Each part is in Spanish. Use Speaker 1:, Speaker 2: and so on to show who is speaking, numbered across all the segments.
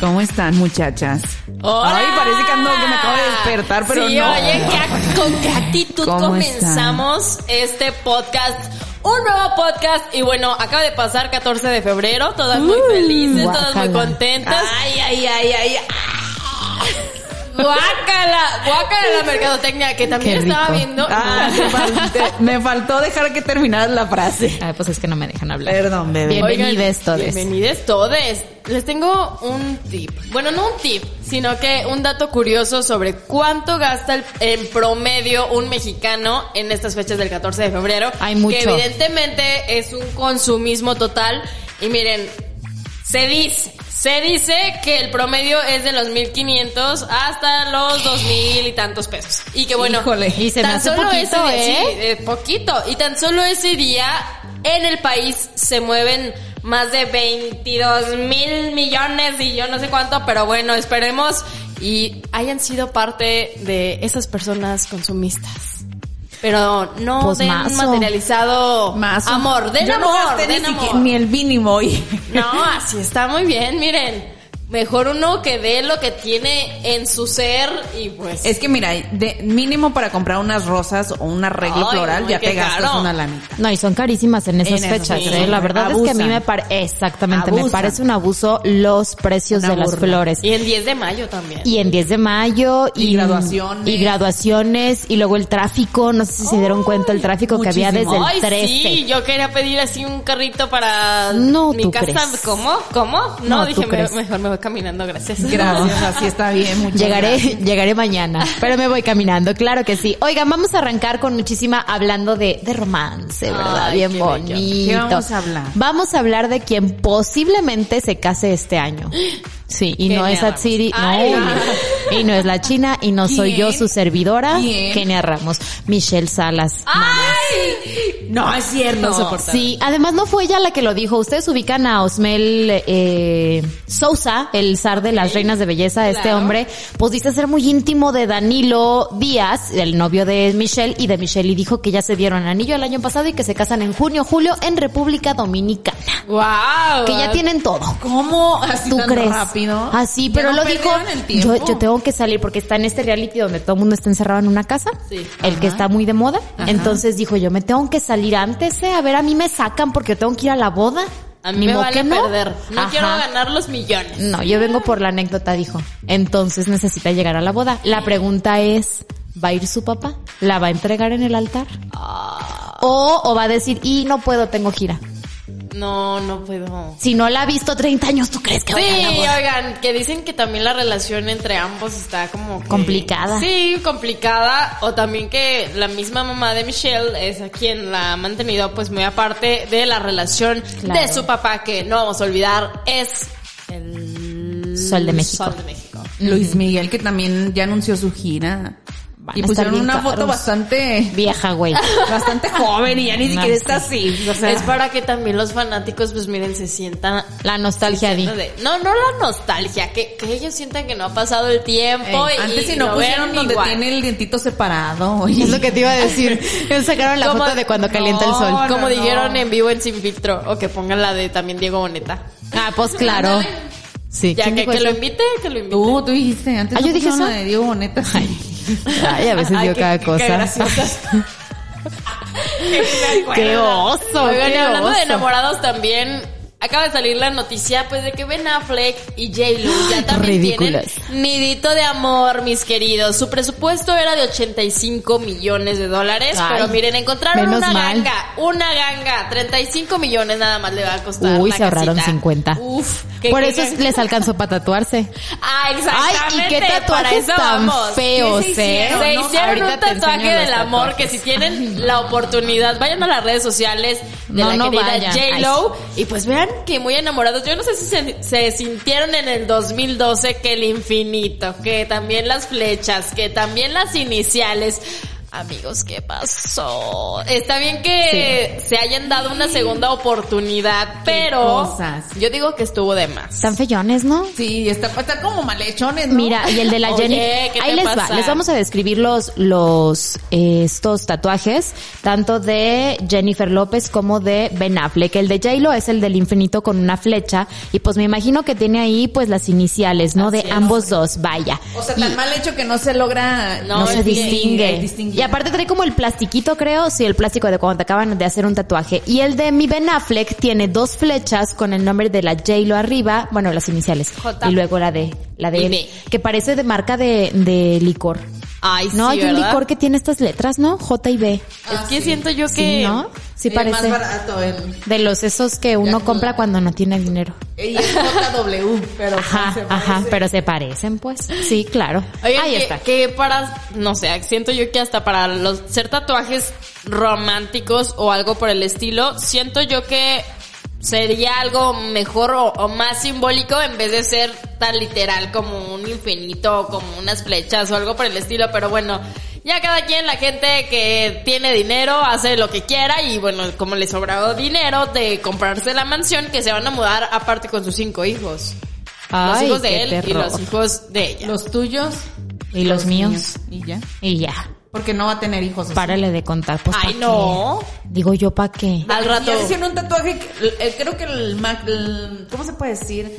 Speaker 1: ¿Cómo están, muchachas?
Speaker 2: ¡Hola!
Speaker 1: Ay, parece que ando que me acabo de despertar, pero
Speaker 2: sí,
Speaker 1: no.
Speaker 2: Oye, ¿qué ac- con qué actitud
Speaker 1: ¿Cómo
Speaker 2: comenzamos este podcast. Un nuevo podcast y bueno, acaba de pasar 14 de febrero, todas muy felices, todas muy
Speaker 1: Uh, guácala. Ah.
Speaker 2: contentas. Ay, ay, ay, ay. Guácala, guácala la mercadotecnia que también
Speaker 3: Qué
Speaker 2: estaba
Speaker 3: rico.
Speaker 2: viendo.
Speaker 1: Ah, me falté- me faltó dejar que terminaras la frase.
Speaker 3: Ay, pues es que no me dejan hablar.
Speaker 1: Perdón, bebé.
Speaker 3: Bien. Bienvenides
Speaker 2: Oigan,
Speaker 3: todes.
Speaker 2: Bienvenides todes. Les tengo un tip. Bueno, no un tip, sino que un dato curioso sobre cuánto gasta el- en promedio un mexicano en estas fechas del 14 de febrero.
Speaker 3: Ay, mucho.
Speaker 2: Que evidentemente es un consumismo total. Y miren, se dice, se dice que el promedio es de los 1500 hasta los 2000 y tantos pesos. Y que bueno,
Speaker 3: Híjole, y se me
Speaker 2: tan
Speaker 3: hace
Speaker 2: solo
Speaker 3: poquito,
Speaker 2: ese día-
Speaker 3: ¿eh?
Speaker 2: sí, eh, poquito. Y tan solo ese día en el país se mueven más de 22 mil millones y yo no sé cuánto, pero bueno, esperemos y hayan sido parte de esas personas consumistas. Pero no
Speaker 3: Pues
Speaker 2: den
Speaker 3: mazo.
Speaker 2: materializado
Speaker 1: Más.
Speaker 2: amor, den
Speaker 1: Yo no
Speaker 2: amor,
Speaker 1: gasté ni
Speaker 2: den
Speaker 1: siquiera-
Speaker 2: amor.
Speaker 1: Ni el mínimo hoy.
Speaker 2: No, así está muy bien, miren. Mejor uno que dé lo que tiene en su ser y pues...
Speaker 1: Es que mira, de mínimo para comprar unas rosas o un arreglo
Speaker 2: Ay,
Speaker 1: floral
Speaker 2: no,
Speaker 1: ya
Speaker 2: qué
Speaker 1: te gastas
Speaker 2: caro.
Speaker 1: una lanita.
Speaker 3: No, y son carísimas en esas
Speaker 1: En esas
Speaker 3: fechas,
Speaker 1: fechas,
Speaker 3: ¿eh? La
Speaker 1: sí.
Speaker 3: verdad es que a mí me
Speaker 1: Abusan.
Speaker 3: parece, exactamente, me
Speaker 1: Abusan.
Speaker 3: parece un abuso los precios
Speaker 1: Una
Speaker 3: de las
Speaker 1: burla.
Speaker 3: flores.
Speaker 2: Y el 10 de mayo también.
Speaker 3: Y en 10 de mayo
Speaker 1: Y graduaciones.
Speaker 3: y graduaciones y luego el tráfico, no sé si se dieron cuenta el tráfico que había desde
Speaker 1: muchísimo.
Speaker 3: el 13.
Speaker 2: sí, yo quería pedir así un carrito para
Speaker 3: No,
Speaker 2: mi
Speaker 3: tú
Speaker 2: casa.
Speaker 3: crees.
Speaker 2: ¿Cómo? ¿Cómo? No,
Speaker 3: No,
Speaker 2: dije,
Speaker 3: tú
Speaker 2: me-
Speaker 3: crees.
Speaker 2: mejor me voy caminando, gracias.
Speaker 1: Gracias, así está bien. muchas
Speaker 3: Llegaré,
Speaker 1: gracias.
Speaker 3: llegaré mañana, pero me voy caminando, claro que sí. Oigan, vamos a arrancar con muchísima hablando de, de romance, ¿verdad?
Speaker 2: Ay,
Speaker 3: Bien
Speaker 2: qué bello.
Speaker 3: bonito.
Speaker 1: ¿Qué vamos a hablar?
Speaker 3: Vamos a hablar de quien posiblemente se case este año. Sí, y
Speaker 2: Kenia
Speaker 3: no es
Speaker 2: Ramos.
Speaker 3: Atsiri,
Speaker 2: Ay.
Speaker 3: no, y no es la China, y no soy
Speaker 1: ¿Quién?
Speaker 3: yo su servidora,
Speaker 1: ¿Quién?
Speaker 3: Kenia Ramos, Michelle Salas.
Speaker 2: ¡Ay!
Speaker 1: No, es cierto.
Speaker 2: No.
Speaker 1: soportable.
Speaker 3: Sí, además no fue ella la que lo dijo. Ustedes ubican a Osmel eh, Sousa, el zar de las reinas de belleza, este
Speaker 2: claro.
Speaker 3: hombre, pues dice ser muy íntimo de Danilo Díaz, el novio de Michelle y de Michelle, y dijo que ya se dieron anillo el año pasado y que se casan en junio, julio en República Dominicana.
Speaker 2: ¡Wow!
Speaker 3: Que ya tienen todo.
Speaker 1: ¿Cómo? Así
Speaker 3: ¿Tú
Speaker 1: tan
Speaker 3: crees?
Speaker 1: rápido.
Speaker 3: Así,
Speaker 1: Ya
Speaker 3: pero
Speaker 1: no
Speaker 3: lo dijo.
Speaker 1: perdieron el tiempo.
Speaker 3: Yo, yo tengo que salir porque está en este reality donde todo el mundo está encerrado en una casa.
Speaker 2: Sí.
Speaker 3: El que está muy de moda. Entonces dijo, yo me tengo que salir antes, eh. A ver, a mí me sacan porque yo tengo que ir a la boda.
Speaker 2: A mí
Speaker 3: Ni
Speaker 2: me
Speaker 3: modo
Speaker 2: vale
Speaker 3: que no.
Speaker 2: perder. No
Speaker 3: Ajá.
Speaker 2: quiero ganar los millones.
Speaker 3: No, yo vengo por la anécdota, dijo. Entonces necesita llegar a la boda. La pregunta es, ¿va a ir su papá? ¿La va a entregar en el altar?
Speaker 2: Ah.
Speaker 3: O, o va a decir, y no puedo, tengo gira.
Speaker 2: No, no puedo.
Speaker 3: Si no la ha visto 30 años, ¿tú crees que
Speaker 2: Sí,
Speaker 3: va a ir a la boda?
Speaker 2: oigan, que dicen que también la relación entre ambos está como que-
Speaker 3: Complicada.
Speaker 2: Sí, complicada. O también que la misma mamá de Michelle es a quien la ha mantenido pues muy aparte de la relación
Speaker 3: Claro.
Speaker 2: de su papá, que no vamos a olvidar, es el
Speaker 3: Sol de México.
Speaker 2: Sol de México.
Speaker 1: Luis Miguel, que también ya anunció su gira.
Speaker 3: Van
Speaker 1: y
Speaker 3: a estar
Speaker 1: pusieron
Speaker 3: bien
Speaker 1: una foto
Speaker 3: caros.
Speaker 1: bastante,
Speaker 3: Vieja, güey.
Speaker 1: bastante joven y ya ni
Speaker 3: No,
Speaker 1: siquiera
Speaker 3: sí.
Speaker 1: está así. O sea,
Speaker 2: es para que también los fanáticos, pues miren, se sientan...
Speaker 3: La nostalgia di.
Speaker 2: No, de- no, no la nostalgia, que, que ellos sientan que no ha pasado el tiempo.
Speaker 1: Ey,
Speaker 2: y
Speaker 1: antes si no
Speaker 2: lo
Speaker 1: pusieron
Speaker 2: ven
Speaker 1: donde
Speaker 2: igual.
Speaker 1: tiene el dientito separado. oye.
Speaker 3: Es lo que te iba a decir. Ellos sacaron la
Speaker 2: Como-
Speaker 3: foto de cuando calienta el
Speaker 1: No,
Speaker 3: sol.
Speaker 1: no,
Speaker 2: Como dijeron
Speaker 1: no.
Speaker 2: en vivo en Sin Filtro, o que pongan la de también Diego Boneta.
Speaker 3: Ah, pues claro. Sí.
Speaker 2: Ya
Speaker 3: ¿Quién
Speaker 2: que,
Speaker 3: dijo
Speaker 2: que lo
Speaker 3: eso?
Speaker 2: invite, que lo invite.
Speaker 1: Tú, tú dijiste antes.
Speaker 3: Ah,
Speaker 1: no
Speaker 3: yo dije
Speaker 1: pusieron
Speaker 3: eso.
Speaker 1: la de Diego Boneta.
Speaker 3: Ay, a veces
Speaker 2: Ay,
Speaker 3: dio
Speaker 2: qué-
Speaker 3: cada
Speaker 2: qué-
Speaker 3: cosa.
Speaker 2: Qué graciosas.
Speaker 3: Qué oso,
Speaker 2: Oigan, y
Speaker 3: qué
Speaker 2: hablando de
Speaker 3: oso.
Speaker 2: enamorados también, acaba de salir la noticia pues de que Ben Affleck y J-Lo ya también
Speaker 3: Ridículos.
Speaker 2: tienen nidito de amor, mis queridos. Su presupuesto era de 85 millones de dólares,
Speaker 3: Ay,
Speaker 2: pero miren, encontraron
Speaker 3: menos
Speaker 2: una
Speaker 3: mal.
Speaker 2: ganga, una ganga, 35 millones nada más le va a costar
Speaker 3: Uy,
Speaker 2: la
Speaker 3: se ahorraron
Speaker 2: casita.
Speaker 3: 50.
Speaker 2: Uf, qué-
Speaker 3: Por
Speaker 2: qué
Speaker 3: eso
Speaker 2: ganga.
Speaker 3: les alcanzó para tatuarse.
Speaker 2: Ah,
Speaker 3: Ay,
Speaker 2: exactamente.
Speaker 3: y qué
Speaker 2: para
Speaker 3: tatuajes
Speaker 2: eso
Speaker 3: tan
Speaker 2: vamos.
Speaker 3: feos,
Speaker 1: ¿Qué se
Speaker 3: ¿eh?
Speaker 1: hicieron?
Speaker 2: Se
Speaker 1: No,
Speaker 2: hicieron
Speaker 1: ahorita
Speaker 2: un
Speaker 1: te enseño
Speaker 2: tatuaje
Speaker 1: los
Speaker 2: del amor que
Speaker 1: tatuajes.
Speaker 2: si tienen la oportunidad, vayan a las redes sociales de
Speaker 3: No,
Speaker 2: la
Speaker 3: no
Speaker 2: querida
Speaker 3: vayan.
Speaker 2: J-Lo y pues vean que muy enamorados. Yo no sé si se, se sintieron en el 2012 que el infinito, que también las flechas, que también las iniciales. Amigos, ¿qué pasó? Está bien que se hayan dado una segunda oportunidad, pero
Speaker 1: cosas.
Speaker 2: yo digo que estuvo de más.
Speaker 3: Están feyones, ¿no?
Speaker 1: Sí, está, está como malhechones, ¿no?
Speaker 3: Mira, y el de la
Speaker 2: Oye,
Speaker 3: Jenny.
Speaker 2: ¿qué te
Speaker 3: Ahí les
Speaker 2: pasa?
Speaker 3: va. Les vamos a describir los, los, eh, estos tatuajes, tanto de Jennifer López como de Ben Affleck. El de J-Lo es el del infinito con una flecha. Y pues me imagino que tiene ahí, pues, las iniciales, ¿no?
Speaker 2: Así
Speaker 3: de
Speaker 2: es.
Speaker 3: ambos dos. Vaya.
Speaker 1: O sea,
Speaker 3: Y-
Speaker 1: tan mal hecho que no se logra...
Speaker 2: No,
Speaker 3: no,
Speaker 2: el
Speaker 3: se
Speaker 2: di-
Speaker 3: distingue.
Speaker 1: el distinguir.
Speaker 3: Y aparte trae como el plastiquito, creo, sí, el plástico de cuando te acaban de hacer un tatuaje. Y el de mi Ben Affleck tiene dos flechas con el nombre de la J-Lo arriba, bueno, las iniciales.
Speaker 2: J.
Speaker 3: Y luego la de, la de
Speaker 2: Y
Speaker 3: él,
Speaker 2: B.
Speaker 3: que parece de marca de, de licor.
Speaker 2: Ay,
Speaker 3: No,
Speaker 2: sí,
Speaker 3: hay un
Speaker 2: ¿verdad?
Speaker 3: licor que tiene estas letras, ¿no? J y B.
Speaker 2: Es
Speaker 1: Ah,
Speaker 2: que
Speaker 1: sí.
Speaker 2: siento yo que...
Speaker 3: Sí, ¿no? Sí,
Speaker 1: Sí,
Speaker 3: parece.
Speaker 1: más barato el...
Speaker 3: De los esos que uno
Speaker 1: Ya,
Speaker 3: compra
Speaker 1: claro.
Speaker 3: cuando no tiene dinero.
Speaker 1: Y es JW, pero sí
Speaker 3: Ajá,
Speaker 1: se
Speaker 3: ajá,
Speaker 1: parece.
Speaker 3: pero se parecen, pues. Sí, claro.
Speaker 2: Oigan,
Speaker 3: Ahí
Speaker 2: que,
Speaker 3: está.
Speaker 2: que para, no sé, siento yo que hasta para los ser tatuajes románticos o algo por el estilo, siento yo que sería algo mejor o, o más simbólico en vez de ser tan literal como un infinito o como unas flechas o algo por el estilo, pero bueno, ya cada quien, la gente que tiene dinero hace lo que quiera y bueno, como le sobró dinero de comprarse la mansión que se van a mudar aparte con sus cinco hijos. Los
Speaker 3: Ay,
Speaker 2: hijos de
Speaker 3: qué
Speaker 2: él y
Speaker 3: terror.
Speaker 2: los hijos de ella.
Speaker 1: Los tuyos...
Speaker 3: Y los míos.
Speaker 1: Y ya.
Speaker 3: Y ya.
Speaker 1: Porque no va a tener hijos. así.
Speaker 3: Párale de contar, pues.
Speaker 2: Ay,
Speaker 3: ¿pa'
Speaker 2: no.
Speaker 3: qué? Digo yo, ¿pa' qué?
Speaker 2: Al
Speaker 1: Ya le
Speaker 2: rato.
Speaker 1: hicieron un tatuaje, que- el- el- creo que el, ma- el- ¿Cómo se puede decir?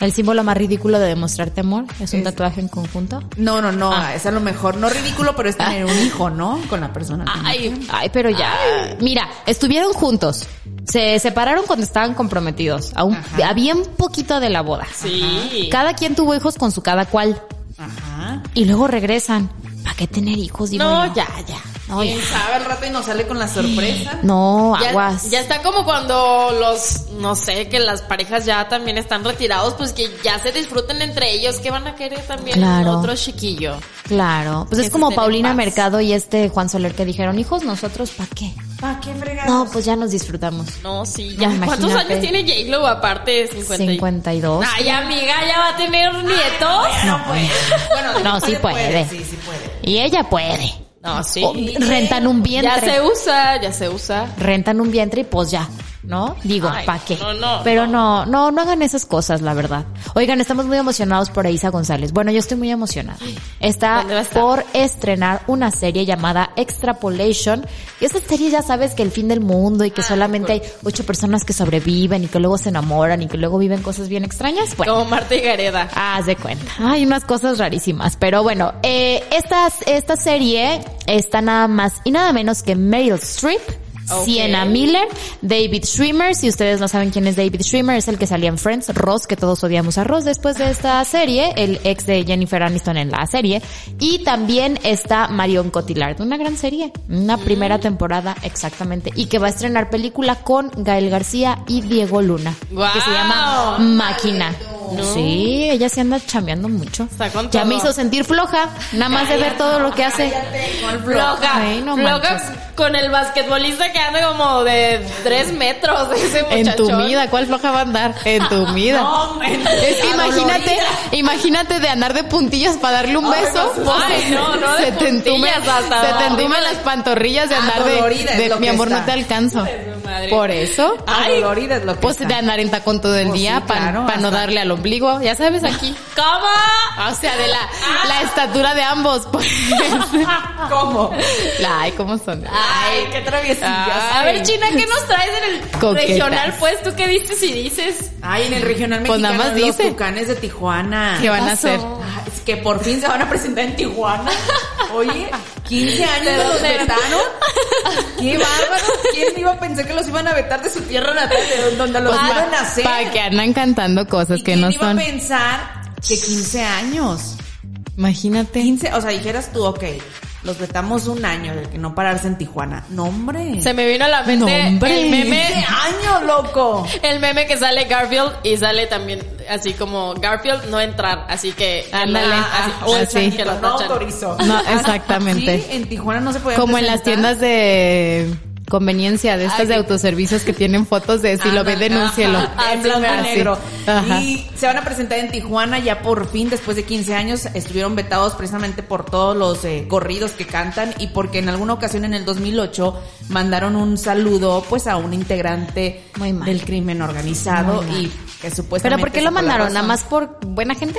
Speaker 3: El símbolo más ridículo de demostrarte amor es un
Speaker 1: Es-
Speaker 3: tatuaje en conjunto.
Speaker 1: No, no, no,
Speaker 3: Ah.
Speaker 1: es a lo mejor, no ridículo, pero es tener un hijo, ¿no? Con la persona. que-
Speaker 2: Ay,
Speaker 3: Ay, pero ya. Mira, estuvieron juntos. Se separaron cuando estaban comprometidos. A, un,
Speaker 1: Ajá.
Speaker 3: a bien poquito de la boda.
Speaker 2: sí.
Speaker 3: Cada quien tuvo hijos con su cada cual.
Speaker 1: Ajá.
Speaker 3: Y luego regresan. ¿Para qué tener hijos? Digo
Speaker 2: No,
Speaker 3: yo.
Speaker 2: ya, ya.
Speaker 3: No,
Speaker 1: ¿Quién
Speaker 3: ya.
Speaker 1: sabe al rato y nos sale con la sorpresa?
Speaker 3: No,
Speaker 2: Ya-
Speaker 3: aguas.
Speaker 2: Ya, está como cuando los, no sé, que las parejas ya también están retirados, pues que ya se disfruten entre ellos, que van a querer también
Speaker 3: Claro.
Speaker 2: otro chiquillo.
Speaker 3: Claro. Pues
Speaker 2: Que
Speaker 3: es
Speaker 2: se
Speaker 3: como
Speaker 2: estén en
Speaker 3: Paulina
Speaker 2: paz.
Speaker 3: Mercado y este Juan Soler que dijeron, hijos, nosotros, ¿para qué?
Speaker 1: ¿Para Ah, qué fregados?
Speaker 3: No, pues ya nos disfrutamos.
Speaker 2: No, sí,
Speaker 3: No,
Speaker 2: ya. ¿Cuántos
Speaker 3: imagínate.
Speaker 2: años tiene J-Lo aparte? 50 y-
Speaker 3: 52.
Speaker 2: Ay, amiga, ya va a tener nietos.
Speaker 1: no puede. Bueno,
Speaker 3: Ah, No, sí puede.
Speaker 1: Sí, sí puede.
Speaker 3: Y ella puede.
Speaker 2: No, sí.
Speaker 3: O rentan
Speaker 2: ya
Speaker 3: un Oh, vientre.
Speaker 2: se usa, ya se usa.
Speaker 3: rentan un vientre y pues ya, ¿no? Digo,
Speaker 2: Ay,
Speaker 3: ¿pa' qué?
Speaker 2: no, no,
Speaker 3: Pero no. no, no, hagan esas cosas, la verdad. Oigan, estamos muy emocionados por Isa González. Bueno, yo estoy muy emocionada. Está
Speaker 2: ¿Dónde va a estar?
Speaker 3: por estrenar una serie llamada Extrapolation. Y esa serie ya sabes que el fin del mundo y
Speaker 2: Ah,
Speaker 3: que solamente hay ocho personas que sobreviven y que luego se enamoran y que luego viven cosas bien extrañas. Bueno.
Speaker 2: Como Marta y Gareda.
Speaker 3: Haz de cuenta. Hay unas cosas rarísimas. Pero bueno, eh, estas, esta serie está nada más y nada menos que Meryl Streep.
Speaker 2: Ok.
Speaker 3: Sienna Miller, David Schwimmer, si ustedes no saben quién es David Schwimmer, es el que salía en Friends, Ross, que todos odiamos a Ross después de esta serie, el ex de Jennifer Aniston en la serie, y también está Marion Cotillard, una gran serie, una primera temporada exactamente, y que va a estrenar película con Gael García y Diego Luna, que se llama
Speaker 2: ¡Guau!
Speaker 3: Máquina.
Speaker 2: No.
Speaker 3: Sí, ella se anda chambeando mucho.
Speaker 2: Está con
Speaker 3: ya
Speaker 2: todo.
Speaker 3: me hizo sentir floja, nada más de ver todo lo que hace.
Speaker 2: Floja,
Speaker 3: Ay, no
Speaker 2: floja
Speaker 3: manches.
Speaker 2: con el basquetbolista que anda como de tres metros ese muchachón.
Speaker 3: En tu vida, ¿cuál floja va a andar? En tu vida.
Speaker 2: No, hombre.
Speaker 3: es que imagínate, imagínate de andar de puntillas para darle un beso. pues,
Speaker 2: Ay, no, no de
Speaker 3: se te entume,
Speaker 2: puntillas, hasta
Speaker 3: se te
Speaker 2: la
Speaker 3: entumen
Speaker 2: orilla.
Speaker 3: las pantorrillas de andar de,
Speaker 1: Adolorida es
Speaker 3: de,
Speaker 1: lo
Speaker 3: mi
Speaker 1: que
Speaker 3: amor, no
Speaker 1: está.
Speaker 3: te alcanzo.
Speaker 2: su madre.
Speaker 3: Por eso.
Speaker 1: Ay, dolorida es lo que
Speaker 3: Pues
Speaker 1: está.
Speaker 3: de andar en tacón todo el
Speaker 1: Pues
Speaker 3: día
Speaker 1: sí,
Speaker 3: para
Speaker 1: claro,
Speaker 3: no
Speaker 1: hasta-
Speaker 3: darle al ombligo. Ya sabes aquí.
Speaker 2: ¿Cómo?
Speaker 3: O sea, de la,
Speaker 2: Ah.
Speaker 3: la estatura de ambos. Pues.
Speaker 1: ¿Cómo?
Speaker 3: La- ay, ¿cómo son?
Speaker 2: Ay, qué travesía. A ver, China, ¿qué nos traes en el
Speaker 3: Coquetas.
Speaker 2: regional? Pues tú qué viste si dices.
Speaker 1: Ay, en el regional
Speaker 3: Pues
Speaker 1: mexicano,
Speaker 3: nada más
Speaker 1: los
Speaker 3: dice.
Speaker 1: tucanes de Tijuana.
Speaker 3: ¿Qué van a
Speaker 2: pasó?
Speaker 3: hacer?
Speaker 1: Ay, es que por fin se van a presentar en Tijuana. Oye, 15 años
Speaker 2: ¿De
Speaker 1: los
Speaker 2: dónde?
Speaker 1: vetaron. Qué bárbaro. ¿Quién iba a pensar que los iban a vetar de su tierra natal, de donde los iban a hacer?
Speaker 3: Para Pues, que andan cantando cosas
Speaker 1: ¿Y
Speaker 3: que
Speaker 1: quién
Speaker 3: no
Speaker 1: iba
Speaker 3: son.
Speaker 1: a pensar que 15 años?
Speaker 3: Imagínate.
Speaker 1: 15, o sea, dijeras tú, ok, los vetamos un año de que no pararse en Tijuana. No, hombre.
Speaker 2: Se me vino a la
Speaker 3: No,
Speaker 2: mente
Speaker 3: hombre.
Speaker 2: el
Speaker 1: 15
Speaker 2: meme.
Speaker 1: años, loco.
Speaker 2: El meme que sale Garfield y sale también así como Garfield no entrar, así que
Speaker 3: Ándale,
Speaker 2: así,
Speaker 1: Ah,
Speaker 2: o el
Speaker 3: así.
Speaker 2: chanito,
Speaker 1: no
Speaker 2: lo tachan.
Speaker 1: autorizó.
Speaker 3: No, exactamente.
Speaker 1: Sí, en Tijuana no se puede
Speaker 3: Como en las tiendas de
Speaker 4: conveniencia de estas
Speaker 2: Ay.
Speaker 4: de autoservicios que tienen fotos de si lo ve,
Speaker 2: Ándale,
Speaker 4: denúncielo.
Speaker 2: ajá,
Speaker 1: en
Speaker 3: Ah,
Speaker 1: blanco
Speaker 2: así.
Speaker 1: y negro.
Speaker 4: Ajá.
Speaker 1: Y se van a presentar en Tijuana ya por fin, después de 15 años, estuvieron vetados precisamente por todos los eh, corridos que cantan y porque en alguna ocasión en el 2008 mandaron un saludo pues a un integrante
Speaker 3: Muy mal.
Speaker 1: del crimen organizado
Speaker 3: Muy mal.
Speaker 1: y que
Speaker 3: ¿Pero
Speaker 1: supuestamente...
Speaker 3: por qué lo
Speaker 1: sacó la
Speaker 3: mandaron?
Speaker 1: razón.
Speaker 3: ¿Nada más por buena gente?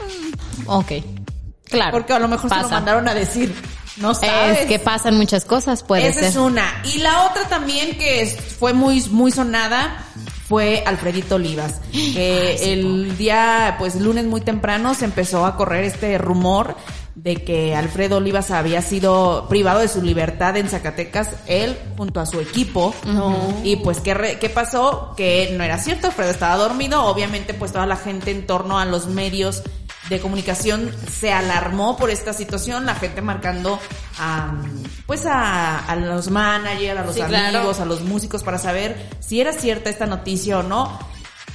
Speaker 3: Mm, Ok. Claro.
Speaker 1: Porque a lo mejor se lo
Speaker 3: Pasa.
Speaker 1: mandaron a decir. No sabes.
Speaker 4: Es que pasan muchas cosas, puede
Speaker 1: Esa
Speaker 4: ser.
Speaker 1: es una. Y la otra también que es- fue muy, muy sonada fue Alfredito Olivas. Que el día, pues lunes muy temprano, se empezó a correr este rumor de que Alfredo Olivas había sido privado de su libertad en Zacatecas, él junto a su equipo. Y pues, ¿qué, re- ¿qué pasó? Que no era cierto, Alfredo estaba dormido, obviamente pues toda la gente en torno a los medios de comunicación se alarmó por esta situación, la gente marcando a, pues a, a los managers, a los
Speaker 2: Sí, claro.
Speaker 1: amigos, a los músicos para saber si era cierta esta noticia o no.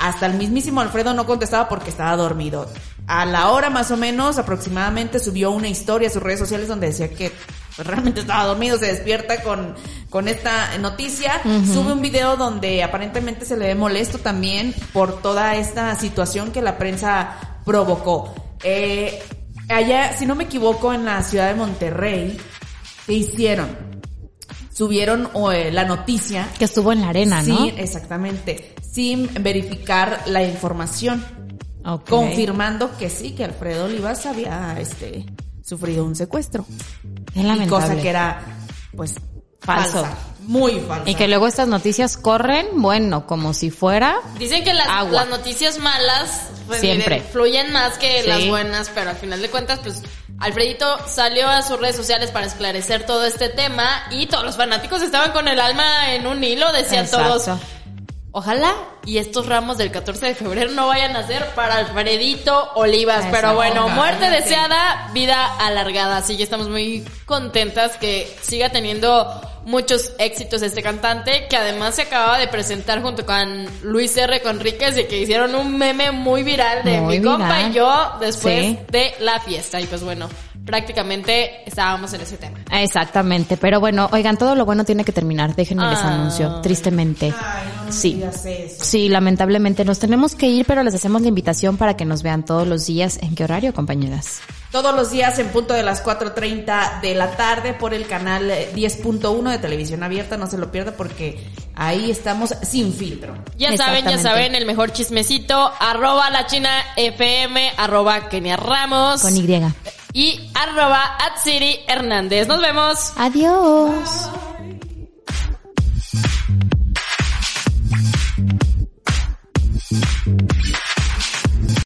Speaker 1: Hasta el mismísimo Alfredo no contestaba porque estaba dormido. A la hora más o menos aproximadamente subió una historia a sus redes sociales donde decía que pues, realmente estaba dormido, se despierta con, con esta noticia. Sube un video donde aparentemente se le ve molesto también por toda esta situación que la prensa provocó. Eh, allá, si no me equivoco, en la ciudad de Monterrey, ¿qué hicieron? Subieron eh, la noticia
Speaker 3: Que estuvo en la arena,
Speaker 1: sí, eh,
Speaker 3: ¿no?
Speaker 1: exactamente. Sin verificar la información.
Speaker 3: Ok.
Speaker 1: Confirmando que sí, que Alfredo Olivas había este, sufrido un secuestro.
Speaker 3: Qué
Speaker 1: Y
Speaker 3: lamentable.
Speaker 1: cosa que era, pues,
Speaker 3: Falso.
Speaker 1: falsa. Muy falsa.
Speaker 4: Y que luego estas noticias corren, bueno, como si fuera.
Speaker 2: Dicen que las,
Speaker 4: Agua.
Speaker 2: las noticias malas pues,
Speaker 4: Siempre.
Speaker 2: miren, fluyen más que
Speaker 4: Sí.
Speaker 2: las buenas, pero al final de cuentas, pues Alfredito salió a sus redes sociales para esclarecer todo este tema y todos los fanáticos estaban con el alma en un hilo, decían todos.
Speaker 4: Exacto.
Speaker 2: Ojalá y estos ramos del 14 de febrero no vayan a ser para Alfredito Olivas.
Speaker 3: Exacto.
Speaker 2: Pero bueno, muerte
Speaker 1: Exactamente.
Speaker 2: deseada, vida alargada. Así que estamos muy contentas que siga teniendo muchos éxitos este cantante, que además se acababa de presentar junto con Luis R. Conríquez y que hicieron un meme muy viral de
Speaker 4: Muy
Speaker 2: mi compa
Speaker 4: viral.
Speaker 2: y yo después
Speaker 4: Sí.
Speaker 2: de la fiesta. Y pues bueno, prácticamente estábamos en ese tema.
Speaker 4: Exactamente, pero bueno, oigan, todo lo bueno tiene que terminar, déjenme les
Speaker 2: Ay.
Speaker 4: anuncio, tristemente.
Speaker 1: Ay, no, no
Speaker 4: Sí.
Speaker 1: digas eso.
Speaker 4: Sí, lamentablemente nos tenemos que ir, pero les hacemos la invitación para que nos vean todos los días. ¿En qué horario, compañeras?
Speaker 1: Todos los días en punto de las 4.30 de la tarde por el canal eh, 10.1 de televisión abierta. No se lo pierda porque ahí estamos sin filtro.
Speaker 2: Ya saben, ya
Speaker 4: Exactamente.
Speaker 2: saben, el mejor chismecito, arroba la china FM, arroba Kenia Ramos
Speaker 4: Con Y.
Speaker 2: y arroba Atsiri Hernández. Nos vemos.
Speaker 4: Adiós.